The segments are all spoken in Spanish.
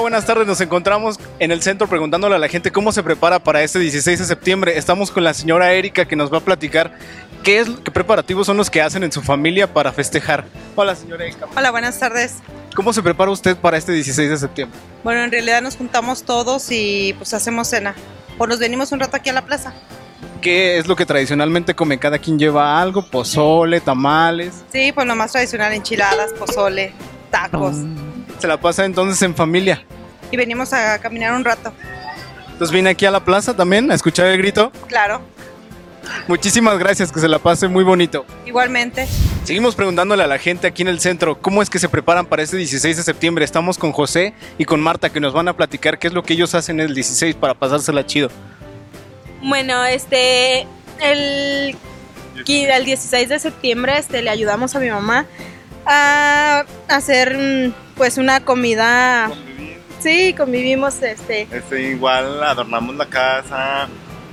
buenas tardes. Nos encontramos en el centro preguntándole a la gente cómo se prepara para este 16 de septiembre. Estamos con la señora Erika que nos va a platicar qué, es, qué preparativos son los que hacen en su familia para festejar. Hola, señora Erika. Hola, buenas tardes. ¿Cómo se prepara usted para este 16 de septiembre? Bueno, en realidad nos juntamos todos y pues hacemos cena. O nos venimos un rato aquí a la plaza. ¿Qué es lo que tradicionalmente come? Cada quien lleva algo, pozole, tamales. Sí, pues lo más tradicional, enchiladas, pozole, tacos. Se la pasa entonces en familia. Y venimos a caminar un rato. Entonces vine aquí a la plaza también a escuchar el grito. Claro. Muchísimas gracias, que se la pase muy bonito. Igualmente. Seguimos preguntándole a la gente aquí en el centro cómo es que se preparan para este 16 de septiembre. Estamos con José y con Marta que nos van a platicar qué es lo que ellos hacen el 16 para pasársela chido. Bueno, este, el, el 16 de septiembre este, le ayudamos a mi mamá a hacer pues una comida. Convivir. Sí, convivimos este. Este, igual adornamos la casa,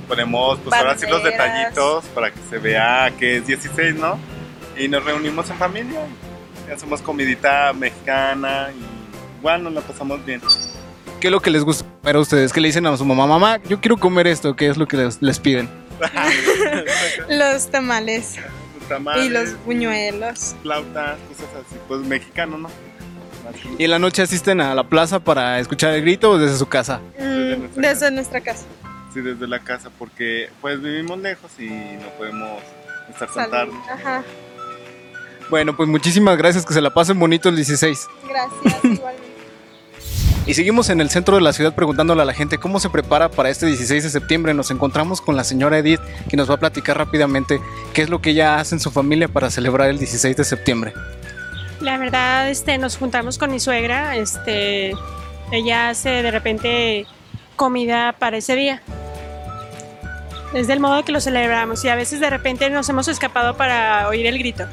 ponemos pues ahora sí los Banderas. detallitos para que se vea que es 16, ¿no? Y nos reunimos en familia, y hacemos comidita mexicana y igual nos la pasamos bien. ¿Qué es lo que les gusta comer a ustedes? ¿Qué le dicen a su mamá? Mamá, yo quiero comer esto. ¿Qué es lo que les, les piden? Los tamales Los y tamales, los buñuelos. flautas, cosas así, pues mexicano, ¿no? Así. Y en la noche asisten a la plaza para escuchar el grito o desde su casa. Mm, nuestra desde nuestra casa. Sí, desde la casa, porque pues vivimos lejos y no podemos estar Salud. sentados. Ajá. Bueno, pues muchísimas gracias, que se la pasen bonito el 16. Gracias, igualmente. Y seguimos en el centro de la ciudad preguntándole a la gente cómo se prepara para este 16 de septiembre. Nos encontramos con la señora Edith, que nos va a platicar rápidamente qué es lo que ella hace en su familia para celebrar el 16 de septiembre. La verdad, este, nos juntamos con mi suegra, este, ella hace de repente comida para ese día. Es del modo que lo celebramos y a veces de repente nos hemos escapado para oír el grito.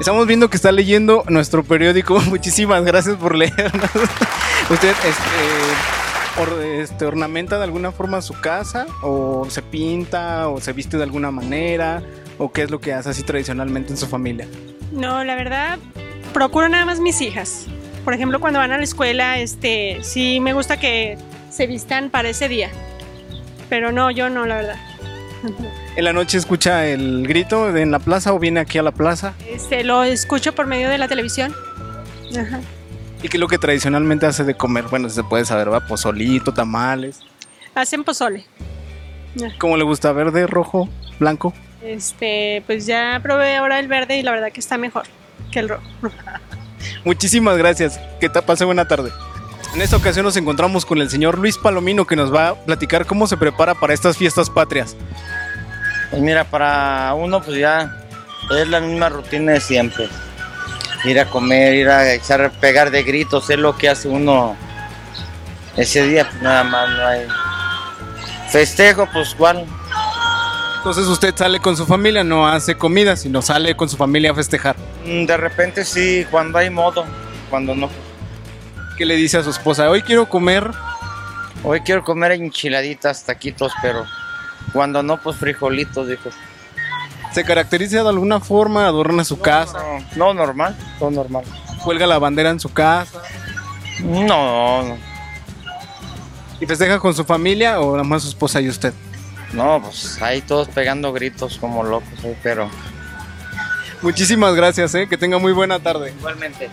Estamos viendo que está leyendo nuestro periódico. Muchísimas gracias por leernos. Usted este, or- este, ornamenta de alguna forma su casa, o se pinta, o se viste de alguna manera, o qué es lo que hace así tradicionalmente en su familia. No, la verdad, procuro nada más mis hijas. Por ejemplo, cuando van a la escuela, este, sí me gusta que se vistan para ese día. Pero no, yo no, la verdad. En la noche escucha el grito de- en la plaza o viene aquí a la plaza. Este, lo escucho por medio de la televisión. Ajá. ¿Y qué es lo que tradicionalmente hace de comer? Bueno, se puede saber, ¿va? Pozolito, tamales. Hacen pozole. ¿Cómo le gusta? ¿Verde, rojo, blanco? Este, pues ya probé ahora el verde y la verdad que está mejor que el rojo. Muchísimas gracias. Que te pase buena tarde. En esta ocasión nos encontramos con el señor Luis Palomino que nos va a platicar cómo se prepara para estas fiestas patrias. Pues mira, para uno pues ya es la misma rutina de siempre. Ir a comer, ir a echar, pegar de gritos, es lo que hace uno ese día, pues nada más no hay festejo, pues cuál. Entonces usted sale con su familia, no hace comida, sino sale con su familia a festejar. Mm, De repente sí, cuando hay modo, cuando no. ¿Qué le dice a su esposa? Hoy quiero comer. Hoy quiero comer enchiladitas, taquitos, pero cuando no, pues frijolitos, dijo. ¿Se caracteriza de alguna forma? ¿Adorna su casa? No, normal, todo normal. ¿Cuelga la bandera en su casa? No, no, ¿Y festeja con su familia o nada más su esposa y usted? no, pues ahí todos pegando gritos como locos, eh, pero Muchísimas gracias, ¿eh? que tenga muy buena tarde. igualmente.